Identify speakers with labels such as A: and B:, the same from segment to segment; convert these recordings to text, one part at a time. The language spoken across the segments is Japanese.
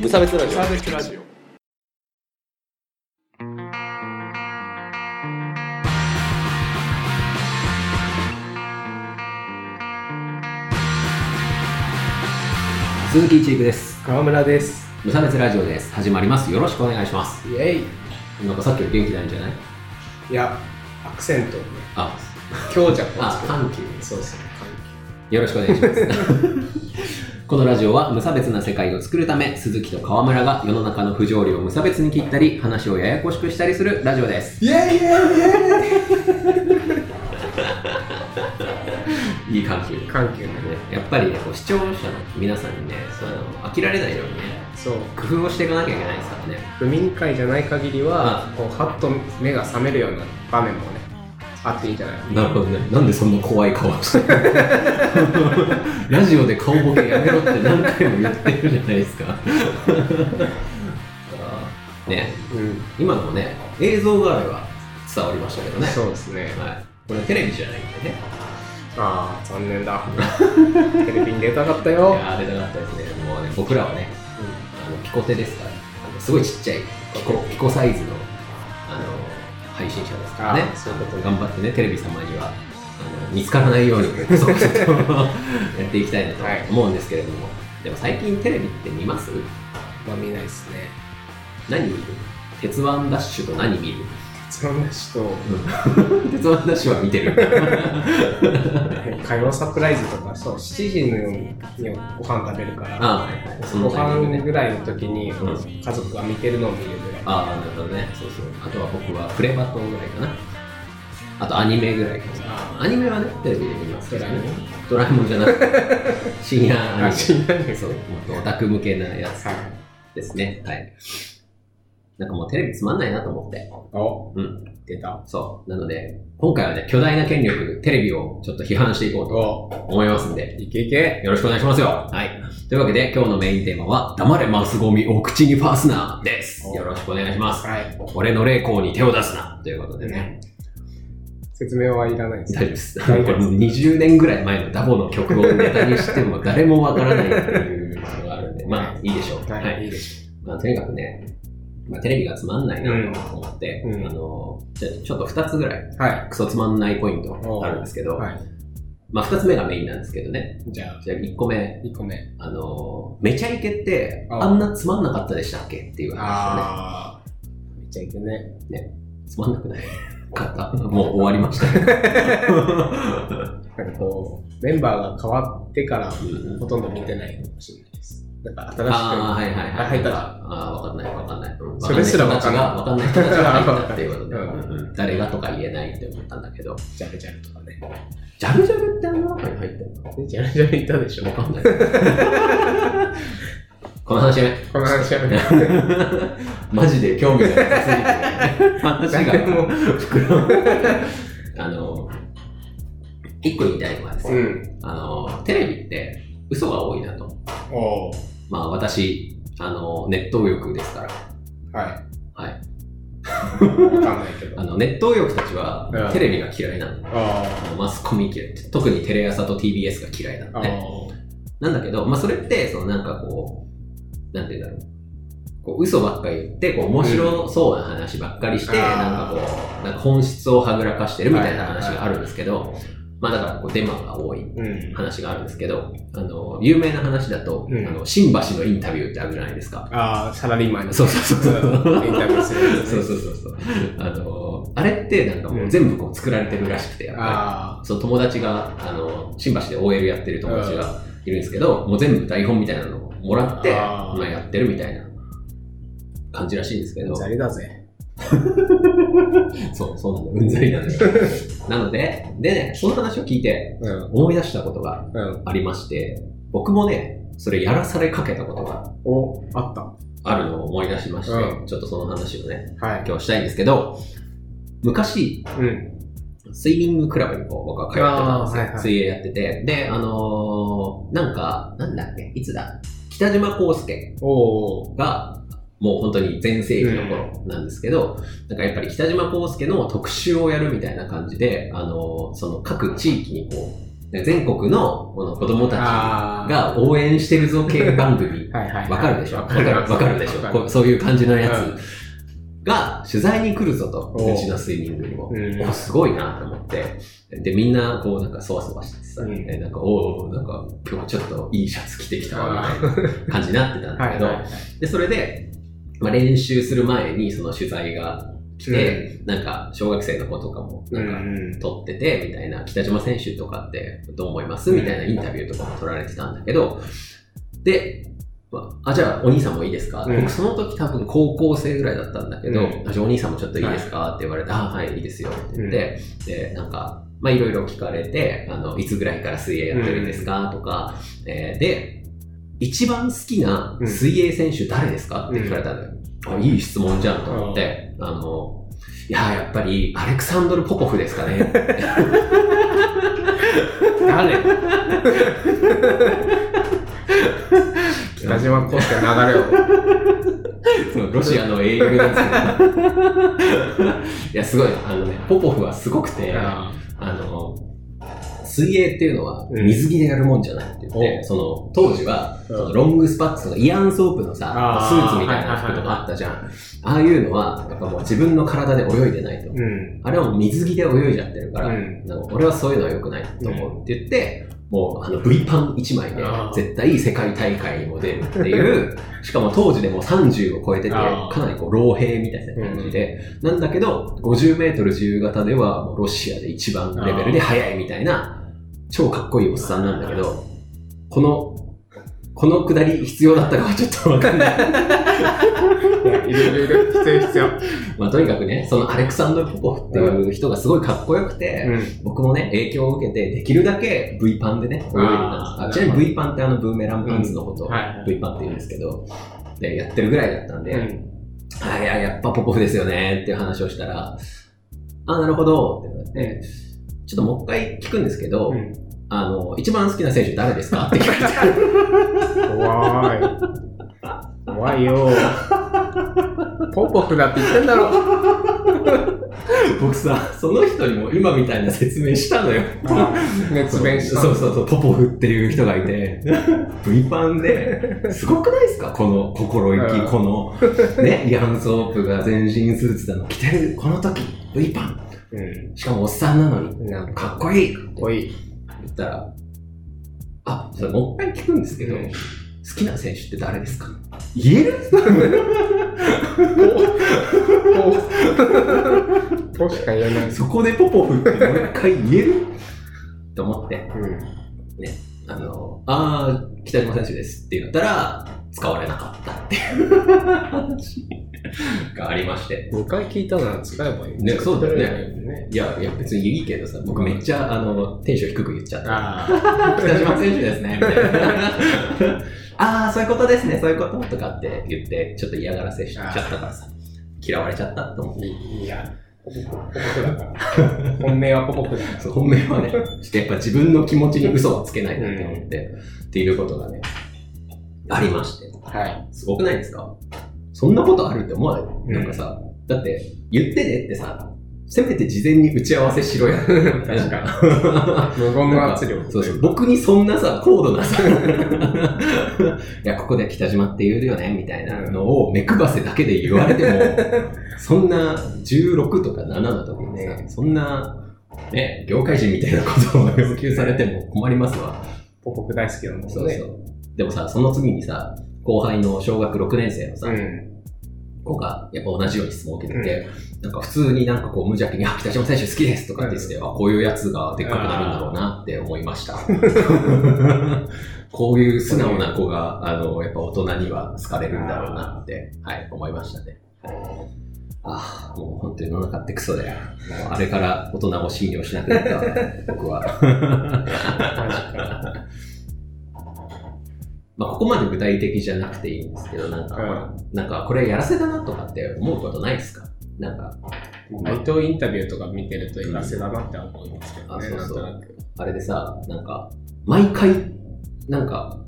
A: 無差別ラジオ
B: サーベスラジオ
C: 鈴木一育です
B: 川村です
C: 無差別ラジオです始まりますよろしくお願いします
B: イエイ
C: なんかさっきより元気ないんじゃない
B: いやアクセントをね
C: あ
B: 強弱をつけて
C: あ緩急です
B: そうそう
C: よろしくお願いします このラジオは無差別な世界を作るため鈴木と川村が世の中の不条理を無差別に切ったり話をややこしくしたりするラジオです
B: イエイイエイイ
C: いい緩急
B: エイ緩急ね
C: やっぱりねこう視聴者の皆さんにねあの飽きられないようにね
B: そう
C: 工夫をしていかなきゃいけないですからね
B: 不眠会じゃない限りは
C: う
B: こうハッと目が覚めるような場面もねあっていいんじゃない
C: なるほどね。なんでそんな怖い顔 してるラジオで顔ボケやめろって何回も言ってるじゃないです か。ね、
B: うん
C: 今のもね、映像があれば伝わりましたけどね。
B: そうですね
C: はい。これテレビじゃないんでね。
B: ああ残念だ テレビに出たかった
C: い
B: よ、
C: やー、出たかったですね。もうね、僕らはね、あのピコテですから、あのすごいちっちゃいピコピコサイズのあの配信者ですからね
B: あーそういうことね
C: 頑張ってねテレビ様にはあの見つからないようにこそこそ とやっていきたいなと
B: はい
C: 思うんですけれども、でも最近テレビって見ます
B: うん、まあ見ないですね
C: 何見る鉄腕ダッシュと何 見る
B: その話と
C: 鉄腕ダッシュは見て る
B: 火曜サプライズとかそう7時のにご飯食べるから
C: ああはいはいそ
B: ご
C: のタイミン
B: 飯
C: グね
B: ぐらいの時に
C: うん
B: 家族が見てるのを見るぐらい
C: ああなるほどねそうそうあとは僕はプレバトぐらいかなあとアニメぐらいか
B: あ
C: なアニメはねテレビで見ますけどね
B: ドラえ
C: ドラえも
B: も
C: んじゃなくて深夜アニメ
B: なに
C: そう、もっとオタク向けなやつ
B: はい
C: ですね。はい。なんかもうテレビつまんないなと思って。
B: お
C: うん。
B: 出た
C: そう。なので、今回はね、巨大な権力、テレビをちょっと批判していこうと
B: お
C: 思いますんで、
B: いけいけ
C: よろしくお願いしますよ。はい。というわけで、今日のメインテーマは、黙れマスゴミを口にファスナーです。
B: お
C: よろしくお願いします。
B: はい
C: 俺の霊光に手を出すなということでね、
B: 説明はいらないです
C: 大丈夫です。こ
B: 大丈
C: れ
B: 夫です
C: もう20年ぐらい前のダボの曲をネタにしても誰もわからないっていうのがあるんで、まあいいでしょう。
B: はいいいでし
C: まあ、とにかくね、まあ、テレビがつまんないなと思って、
B: うんうん
C: あのじゃあちょっと2つぐらい
B: ょうはい
C: クソつまんないポイントあるんですけど、
B: はい
C: まあ、2つ目がメインなんですけどね
B: じゃあ
C: じゃあ1個目
B: 2個目
C: あのめちゃイケって
B: あ
C: あんなつまんなかったでしたっけっていう話をね
B: あーめっちゃいけね
C: つまんなくないかったもう終わりましたけど
B: なんかこうメンバーが変わってから
C: うん
B: ほとんど見てないかもしれないですなんか新しく
C: ああはいはいはい
B: 入ったら
C: ああ分かんない分かんない、うん
B: それすら分かんない
C: 分かんない人たちが分かんない人たちが入ったっていうことで、
B: うん
C: うんうん誰がとか言えないって思ったんだけど
B: ジャルジャルとかね
C: ジャルジャルってあの中に入ってるの
B: でジャルジャルいたでしょ
C: わかんない。 この話や め。
B: この話はね
C: マジで興味がなさすぎて。 話が
B: 誰も
C: 膨らむ。あの、一個言いたいのはです
B: う
C: ね、
B: ん
C: あの、テレビって嘘が多いなと。
B: おお
C: まあ私、あの、ネット右翼ですから。
B: はい
C: はい。
B: わかんないけど
C: あの、ネット右翼たちは
B: うん
C: テレビが嫌いなの。
B: あ
C: あのマスコミ嫌い。特にテレ朝と TBS が嫌いな
B: ーあ
C: のね。
B: ー
C: なんだけど、まあ、それって、そのなんかこう、なんて言うんだろう。こう嘘ばっかり言って、こう面白そうな話ばっかりして、
B: うん
C: なんかこう、なんか本質をはぐらかしてるみたいな
B: はいはいはい
C: 話があるんですけど、まあだからこうデマが多い
B: うん
C: 話があるんですけど、あの、有名な話だと、
B: うん
C: あの、新橋のインタビューってあるじゃないですか。
B: ああサラリーマンに
C: そうそうそうそう
B: インタビューするやつ
C: そ
B: ね
C: うそうそうそう。あの、あれってなんかもう全部こう作られてるらしくて、やっぱり
B: あ
C: その友達が、あの、新橋で OL やってる友達がいるんですけど、もう全部台本みたいなのをもらって、
B: あー
C: 今やってるみたいな感じらしいんですけ
B: あ
C: ど、
B: ザリだぜ
C: そう、そうなんだ、うんざりなんだよ。なので、でね、その話を聞いて
B: うん
C: 思い出したことが
B: うん
C: ありまして、僕もね、それやらされかけたことが
B: おあった
C: あるのを思い出しまして、
B: う
C: ちょっとその話をね、
B: はい
C: 今日したいんですけど、昔、
B: うん
C: スイミングクラブにこう僕は通ってたんですよ、
B: あーはいはい
C: 水泳やってて。で、あのーなんか、なんだっけ、いつだ北島康介
B: おお
C: が、もう本当に全盛期の頃なんですけど、なんかやっぱり北島康介の特集をやるみたいな感じで、あのーその各地域にこう、で全国のこの子供たち
B: あー
C: が応援してるぞ系番組。
B: はいはいはい
C: わかるでしょわ
B: わ
C: か
B: か
C: る
B: る
C: わかるでしょ
B: わかる
C: こうそういう感じのや
B: う
C: つが取材に来るぞと、
B: おう
C: うちのスイミングにも。
B: うん
C: おすごいなと思って。で、みんな、こう、なんか、そわそわしててさ、
B: うん
C: えなんか、おおなんか、今日ちょっといいシャツ着てきたわ、みたいな感じになってたんだ
B: は
C: け
B: い
C: ど、
B: はいはい。
C: で、それで、まあ、練習する前に、その取材が来て、なんか、小学生の子とかも、
B: う
C: なんんか、撮ってて、みたいな、北島選手とかってどう思いますみたいなインタビューとかも撮られてたんだけど、で、まあ、あじゃあお兄さんもいいですか、
B: うん
C: 僕その時多分高校生ぐらいだったんだけど、
B: うん
C: あじゃあお兄さんもちょっといいですか、って言われて、あはい、いいですよって言って、で、なんか、まあいろいろ聞かれて、あの、いつぐらいから水泳やってるんですか、とか、えーで、一番好きな水泳選手誰ですか、って聞かれたのよ。あいい質問じゃんと思って、あの、いや、やっぱりアレクサンドル・ポポフですかね。
B: う ん。誰北島康介の 流れを。
C: そうロシアの英雄なんですけど いや、すごい。あのね、ポポフはすごくて、あの、水泳っていうのは
B: うん
C: 水着でやるもんじゃないって言って、
B: お
C: その、当時は、
B: う
C: そ
B: ん
C: のロングスパッツのイアンソープのさ
B: あ、ー
C: スーツみたいな服とかあったじゃん。ああいうのは、やっぱもう自分の体で泳いでないと。
B: うん。
C: あれはもう水着で泳いじゃってるから、
B: うん
C: なんか俺はそういうのは良くないと思うって言って、もうあの V パン1枚で
B: あー
C: 絶対世界大会にも出るって いう、しかも当時でもう30を超えてて、
B: あ
C: か
B: ー
C: なりこう老兵みたいな感じで、なんだけど、50メートル自由形ではもうロシアで一番レベルで速いみたいな、超かっこいいおっさんなんだけど、この、このくだり必要だったかはちょっとわかんない。
B: いやいるいるいる。必要必 要。
C: まあとにかくね、そのアレクサンドル・ポポフっていう人がすごいかっこよくて、
B: うん。
C: 僕もね、影響を受けて、できるだけ V パンでね、泳いでたんです
B: あー
C: あ。ちなみに V パンってあのブーメランパンツのこと、
B: はい。
C: V パンって言うんですけど、で、やってるぐらいだったんで、
B: うん
C: あ、いや、やっぱポポフですよねっていう話をしたら、あ、なるほどって言われて、ちょっともう一回聞くんですけど、
B: うん。
C: あの、一番好きな選手誰ですかって聞かれて、
B: 怖い。怖いよ。ポポフだって言ってんだろ。
C: 僕さ、その人にも今みたいな説明したのよ。
B: 熱弁した。
C: そうそうそう、ポポフっていう人がい て、V パンで、すごくないですかこの心意
B: う
C: 気、
B: ん
C: この、ね、イアンソープが全身スーツだの着てる、この時、V パン。
B: う
C: しかもおっさんなのに、
B: ん。なん
C: か
B: か
C: っこいいって
B: っこいい。
C: 言ったら、あ、それもう一回聞くんですけど、
B: うん
C: 好きな選手って誰ですか言える
B: ポポしか言えない。
C: そこでポポフってもう一回言えると思って、
B: うん。
C: あの、あー、北島選手ですって言ったら、使われなかったって いう話がありまして。
B: 2回聞いたなら使えばいい。
C: ねそうだよね
B: ね。
C: いや、いや、別にいいけどさ、僕めっちゃ、あの、テンション低く言っちゃった。
B: ああ。
C: 北島選手ですね、みたいな。 ああ、そういうことですね、そういうこととかって言って、ちょっと嫌がらせしちゃったからさ、嫌われちゃったと思って。
B: いや、ポポフだから。本命はポポフだか
C: そう本命はね、ちょっとやっぱ自分の気持ちに嘘はつけないなって思って、っていうことがね、ありまして。
B: ら。はい。
C: すごくないですかそんなことあるって思わない、
B: うん
C: なんかさ、だって、言ってねってさ、せめて事前に打ち合わせしろや。確
B: 確か 無言の圧力。
C: そうそう。僕にそんなさ、高度なさ、 いや、ここで北島って言うよね、みたいなのを目くばせだけで言われても、そんな16とか7の時にさ、
B: ね
C: そんな、ね、業界人みたいなことを要求されても困りますわ。
B: ポポフ大好きなんだもんね。
C: そうそう。でもさ、その次にさ、後輩の小学6年生のさ、
B: うん。
C: 子がやっぱ同じように質問を受けてて、なんか普通になんかこう無邪気に、あ、北島選手好きですとかって言ってて、あ、こういうやつがでっかくなるんだろうなって思いました。こういう素直な子が、あの、やっぱ大人には好かれるんだろうなって、はい、思いましたね。ああ、もう本当に世の中ってクソだよ。もうあれから大人を信用しなくなったわ、僕 は。
B: 確かに。
C: まあ、ここまで具体的じゃなくていいんですけど、なんか、
B: うん
C: なんかこれやらせだなとかって思うことないですかなんか、
B: 街頭インタビューとか見てるといらせだなって思いますけどね、
C: うんあそうそう
B: なんとなく。
C: あれでさ、なんか、毎回、なんか、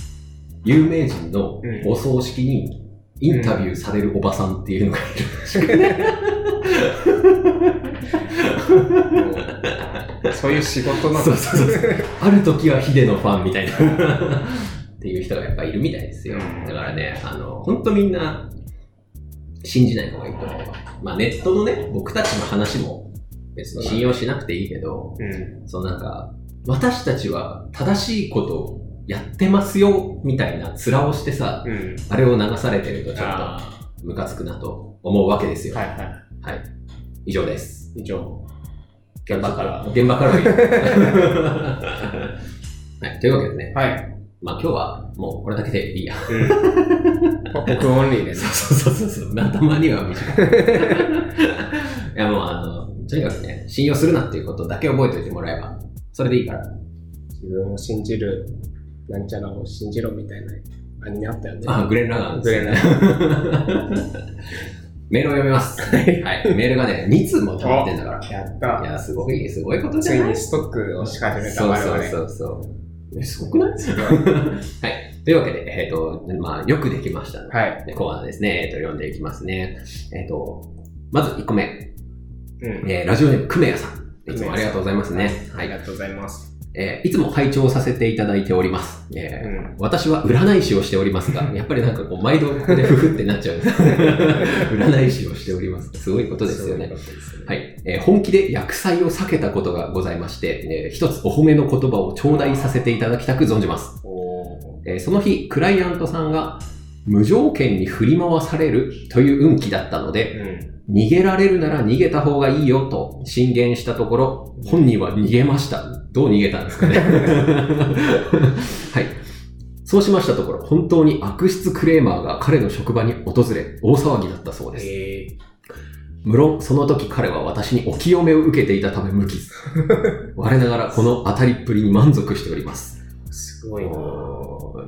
C: 有名人の
B: うん
C: お葬式にインタビューされるおばさんっていうのがいるらしくて
B: もうそういう仕事なん
C: そうそうそ ある時はヒデのファンみたいな っていう人がやっぱいるみたいですよ
B: うん
C: だからねあの本当みんな信じない方がいいと思うまあネットのね僕たちの話も別に信用しなくていいけど
B: うん。
C: そのなんか私たちは正しいことをやってますよみたいな面をしてさ
B: うん。
C: あれを流されてるとちょっ
B: あ
C: とムカつくなと思うわけです
B: あ。
C: よ
B: はいは
C: はい、以上です
B: い。以上。
C: 現場から。現場からは以上 はい。というわけでね、
B: はい。
C: まあ今日はもうこれだけでいいや。
B: ポップオンリーです。
C: そうそうそうそう。たまには短い。 いやもうあの、とにかくね、信用するなっていうことだけ覚えておいてもらえば、それでいいから。
B: 自分を信じる、なんちゃらを信じろみたいなアニメあったよね。
C: あ、グレン・ラガンですね
B: グレンラ
C: メールを読みます。はい。メールがね、2通も溜まってんだから。
B: やっ
C: い
B: た。
C: や、すごい、すごいことじ
B: つ
C: ゃ
B: い
C: ない
B: にストックをし始めた
C: そう
B: 我
C: そう
B: 々。
C: そうそう。え、すごくないですかはい。というわけで、えっ、と、まあ、よくできましたので、
B: はい。
C: コーナーですね。えっ、と、読んでいきますね。えっ、と、まず1個目。
B: うん。
C: えーラジオネーム、くめやさん。いつもありがとうございますね。
B: あ
C: は
B: り
C: い。
B: がとうございます。
C: えーいつも拝聴させていただいております。
B: う
C: えー
B: ん。
C: 私は占い師をしておりますが、やっぱりなんかこう、毎度ここでふふってなっちゃうん です。占い師をしております。すごいことですよね。
B: そういうことですね
C: はい、えー本気で薬剤を避けたことがございまして、えー一つお褒めの言葉を頂戴させていただきたく存じます、
B: おー
C: えーその日クライアントさんが無条件に振り回されるという運気だったので
B: うん。
C: 逃げられるなら逃げた方がいいよと進言したところ本人は逃げましたどう逃げたんですかね はいそうしましたところ本当に悪質クレーマーが彼の職場に訪れ大騒ぎだったそうです
B: え
C: 無論、その時彼は私にお清めを受けていたため無傷。我ながらこの当たりっぷりに満足しております。
B: ー、すごいな。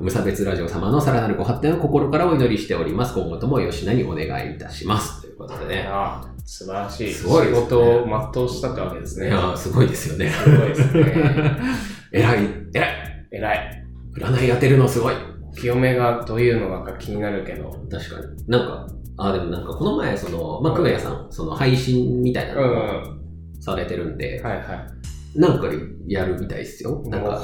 C: 無差別ラジオ様のさらなるご発展を心からお祈りしております。今後ともよしなにお願いいたします。ということで
B: い
C: ね。
B: やー素晴らしい。
C: すごいですね
B: 仕事を全うしたってわけです
C: い
B: ね。
C: やー、すごいですよね。
B: すごいですね。
C: えらい、えらい。
B: 偉い。
C: 占い当てるのすごい。
B: 清めがどういうのがか気になるけど。
C: 確かに。なんか、あー、でもなんかこの前、その、まあ、久谷さん、その配信みたいな
B: う
C: の
B: ん、
C: を
B: は
C: されてるんで
B: い、は
C: なんかやるみたいですよ。なんか、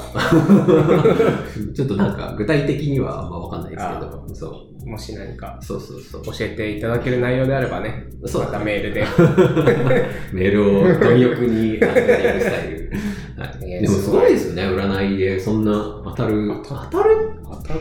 C: ちょっとなんか具体的にはあんまわかんないですけど、そ
B: い。もし何か
C: うそうそうそう。
B: 教えていただける内容であればね、
C: そう
B: またメールで。
C: メールを貪欲に当ててやるスタイル。はい、でもすごいですよね、占いでそんな当たる。
B: 当
C: たる
B: 当た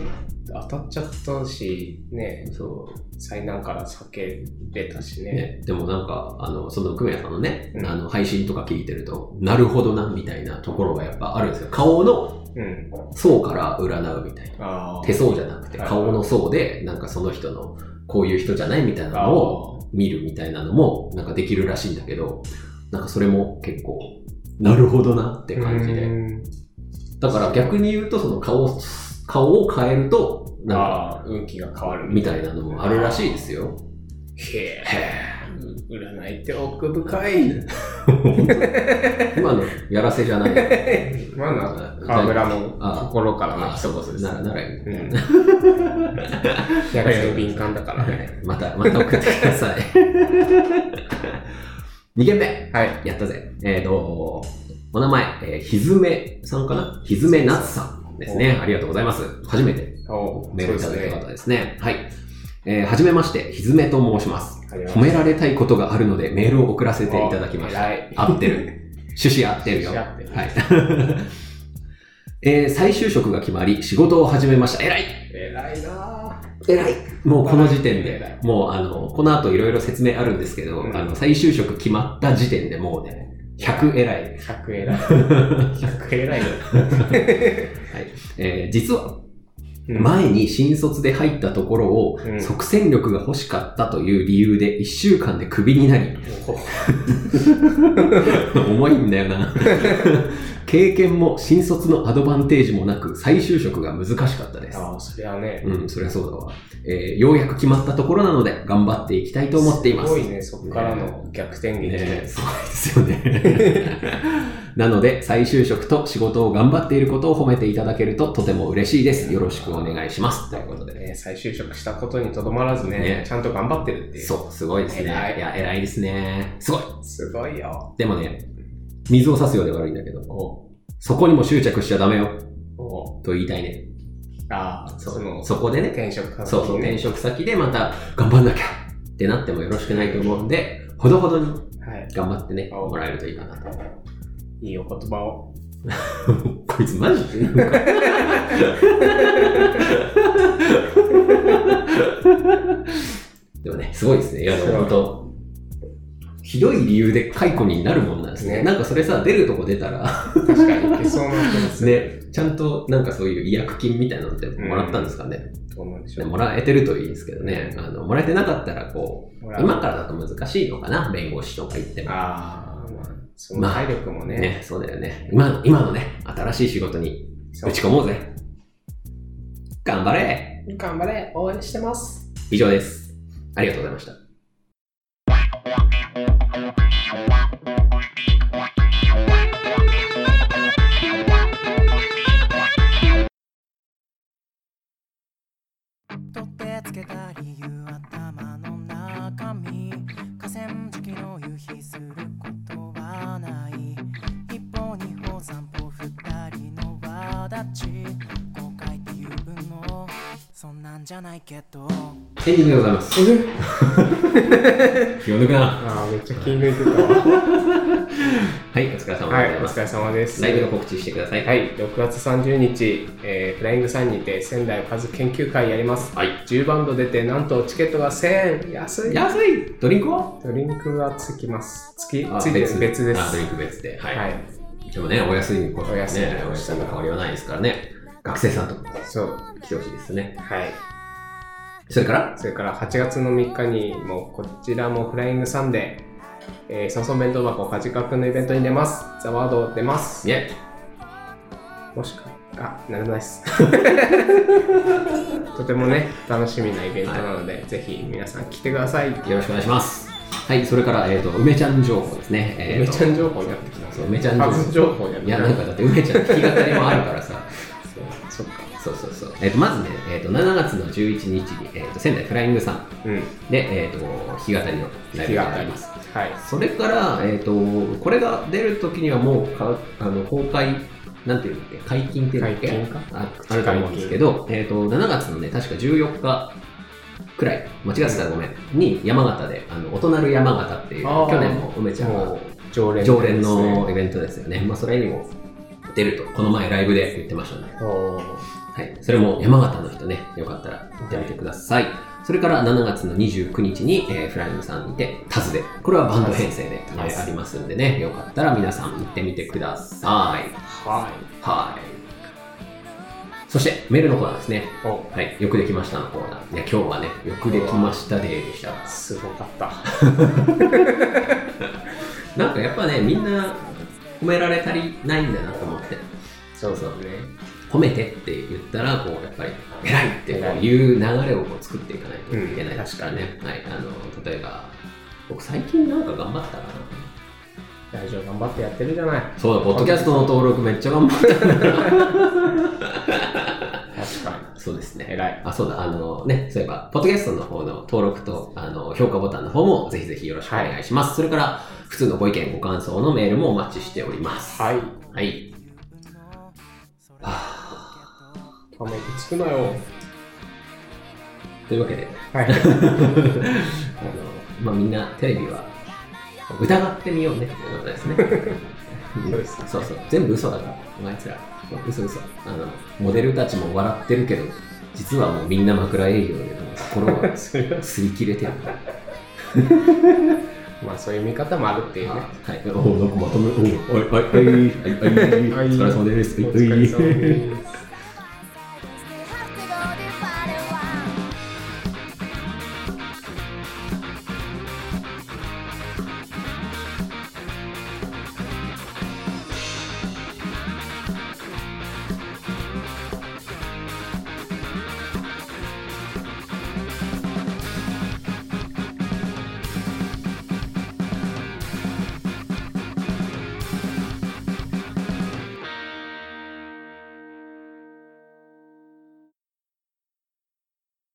B: 当たっちゃったし、ね、
C: そ
B: 災難から避けれたし
C: う、
B: ね。
C: ね。でもなんか、あの、その久米屋さんのね、
B: うん
C: あの配信とか聞いてると、なるほどな、みたいなところがやっぱあるんですよ。顔の
B: うん。
C: 層から占うみたいな。
B: あー
C: 手相じゃなくて、
B: はい
C: 顔の層で、なんかその人の、こういう人じゃないみたいなのを、見るみたいなのもなんかできるらしいんだけどなんかそれも結構なるほどなって
B: ー
C: 感じ
B: う
C: で
B: ん
C: だから逆に言うとその顔を顔を変えるとなんか
B: あー運気が変わる
C: みたいなのもあるらしいですよ
B: へえ。
C: へ
B: 占いって奥深い。
C: え今のやらせじゃない
B: まだ川村も心から
C: あ
B: の
C: そうそうならならいい
B: うん。 逆に敏感だからね。
C: またまた送ってください 2件目
B: はい。
C: やったぜえっ、とお名前、えーひずめさんかなひずめなつさんですねありがとうございます初めて
B: お
C: メールいただいた
B: は
C: 方ですね。はい。えーはじめまして、ひずめと申します。褒められたいことがあるのでメールを送らせていただきました。
B: はい。
C: 合って る。趣旨合ってるよ。
B: 趣
C: は
B: 旨合ってる
C: い。 えー再就職が決まり、仕事を始めました。偉い
B: 偉いな
C: 偉いもうこの時点
B: 偉
C: で
B: い、
C: もうあの、この後いろいろ説明あるんですけど、
B: うん
C: あの、再就職決まった時点でもうね、100偉い。
B: ぁ。100偉い。100偉い よ。
C: えー実は、
B: うん
C: 前に新卒で入ったところを、
B: うん
C: 即戦力が欲しかったという理由で1週間でクビになり、重いんだよな 経験も新卒のアドバンテージもなく再就職が難しかったです
B: ああ、それはね。
C: うんそりゃそうだわ、えーようやく決まったところなので頑張っていきたいと思っています
B: すごいね、そこからの逆転劇。
C: ねすごいですよね なので、再就職と仕事を頑張っていることを褒めていただけるととても嬉しいです。よろしくお願いします。ということで。
B: ね、再就職したことにとどまらずね
C: ね
B: ちゃんと頑張ってるっていう。
C: そう、すごいですね。
B: 偉い
C: いや、偉いですね。すごい。
B: すごいよ。
C: でもね、水を差すようで悪いんだけど、
B: お
C: そこにも執着しちゃダメよ、
B: お
C: と言いたいね。
B: ああ、
C: そ
B: その
C: うそこでね、
B: 転職可能
C: そうそう、転職先でまた頑張んなきゃってなってもよろしくないと思うんで、ほどほどに
B: はい。
C: 頑張ってね、もらえるといいかな と。
B: いいお言葉を。
C: こいつマジでなんかでもね、すごい ですね。いや、でも本当ひどい理由で解雇になるもんなんですね。
B: ね
C: なんかそれさ、出るとこ出たら、
B: 確かにいけそうな気がする。
C: ね、ちゃんとなんかそういう違約金みたいなのってもらったんですかね。
B: どうなんでし
C: で
B: ょう。
C: もらえてるといいんですけどね。あの、もらえてなかったら、こう、
B: ほら
C: 今からだと難しいのかな、弁護士とか言っても。
B: ああ、まあ、その体力もね。
C: ね、そうだよね。今、今のね、新しい仕事に
B: そう
C: 打ち込もうぜ。頑張れ
B: 頑張れ、応援してます。
C: 以上です。ありがとうございました。
A: 取ってつけた理由頭の中身河川敷の夕日することはない一歩二歩三歩二人の輪立ち後悔っていう分もそんなんじゃないけど
C: エンディングでございます。気を抜くな。
B: ああ、めっちゃ気抜いてたわ。
C: はい、お疲れ様でご
B: は
C: ざ
B: い、
C: い
B: お
C: ます。
B: 疲れ様です。
C: ライブの告知してください。。
B: はいい、6月30日、えーフライングさんにて仙台カズ研究会やります。
C: はい。
B: 10バンド出て、なんとチケットが1000円安い
C: 安いドリンクは
B: ドリンクはつきます。つき
C: あ
B: ついてる別です。
C: あ、ドリンク別で。はい。
B: はい。
C: でもね、お安いに越した
B: お安いに越し
C: ね
B: た、
C: お安いに変わりはないですからね。学生さんとか
B: そう。
C: 来てほしいですね。
B: はい。
C: それから、
B: それから8月の3日に、もうこちらもフライングサンデー、えー、ソンソン弁当箱カジカ君のイベントに出ます。ザワード出ます。
C: イェイ
B: もしか、あ、ならないです。 とてもね、楽しみなイベントなので、ぜひ皆さん来てください。
C: よろしくお願いします。はい、それから、えっ、と、梅ちゃん情報ですね。えー
B: 梅
C: と
B: ちゃん情報になってきた。
C: そう梅ちゃん
B: カズ情報になってき
C: いや、なんかだって梅ちゃん弾き語りもあるからさ。
B: そっか。
C: そうそうそう。えっ、と、まずね、えっ、と、7月の11日に、えっ、と、仙台フライングさん
B: うん。
C: で、えっ、と、弾き語りのライブがあります。
B: はい。
C: それから、えっ、と、これが出るときにはもうか、あの、公開、なんていうんだっけ、解禁っていうんだっけ
B: 解禁か
C: ああると思うんですけど、えっ、と、7月のね、確か14日、くらい間違ってたらごめん、に山形であの大人る山形っていう
B: あー
C: 去年も梅ちゃんが
B: もう常連、
C: 常連のイ。ベントですよね。まあ、それにも出ると、この前ライブで言ってましたね。
B: おー
C: はい。それも山形の人ね、よかったら行ってみてください。それから7月の29日に、えーフライングさんにて、タズで、これはバンド編成で、
B: タズ
C: はいありますんでね、よかったら皆さん行ってみてください。
B: は
C: はい。そして、メールのコーナーですね。
B: い。お
C: はい。よくできましたのコーナー。いや、今日はね、よくできましたデーでした。
B: すごかった。
C: なんかやっぱね、みんな褒められ足りないんだなと思って。
B: そうそうね。
C: 褒めてって言ったらこうやっぱり偉いってこういう流れをこう作っていかないといけないですからね、はい、あの例えば僕最近なんか頑張ったかな
B: 大丈夫、頑張ってやってるじゃない。
C: そうだポッドキャストの登録めっちゃ頑張っ
B: 確か
C: たそうです
B: に。
C: ね
B: 偉い。
C: あそうだあのねそういえばポッドキャストの方の登録とあの評価ボタンの方もぜひぜひよろしくお願いします、それから普通のご意見ご感想のメールもお待ちしております
B: はい。
C: はい
B: ため息つくなよ。
C: というわけで
B: は い。
C: あの、まあ、みんなテレビは疑ってみようねっていうことですね。
B: そうですね
C: そうそう全部嘘だから、お前ら、嘘嘘あの。モデルたちも笑ってるけど、実はもうみんな枕営業で、もう心は 擦り切れてるから。
B: まあ、そういう見方もあるっていうね。
C: はい、おお、なんかまとめ、おお、はい、はい、はい、はい、はい、お疲れ様です。
B: お疲れ様です。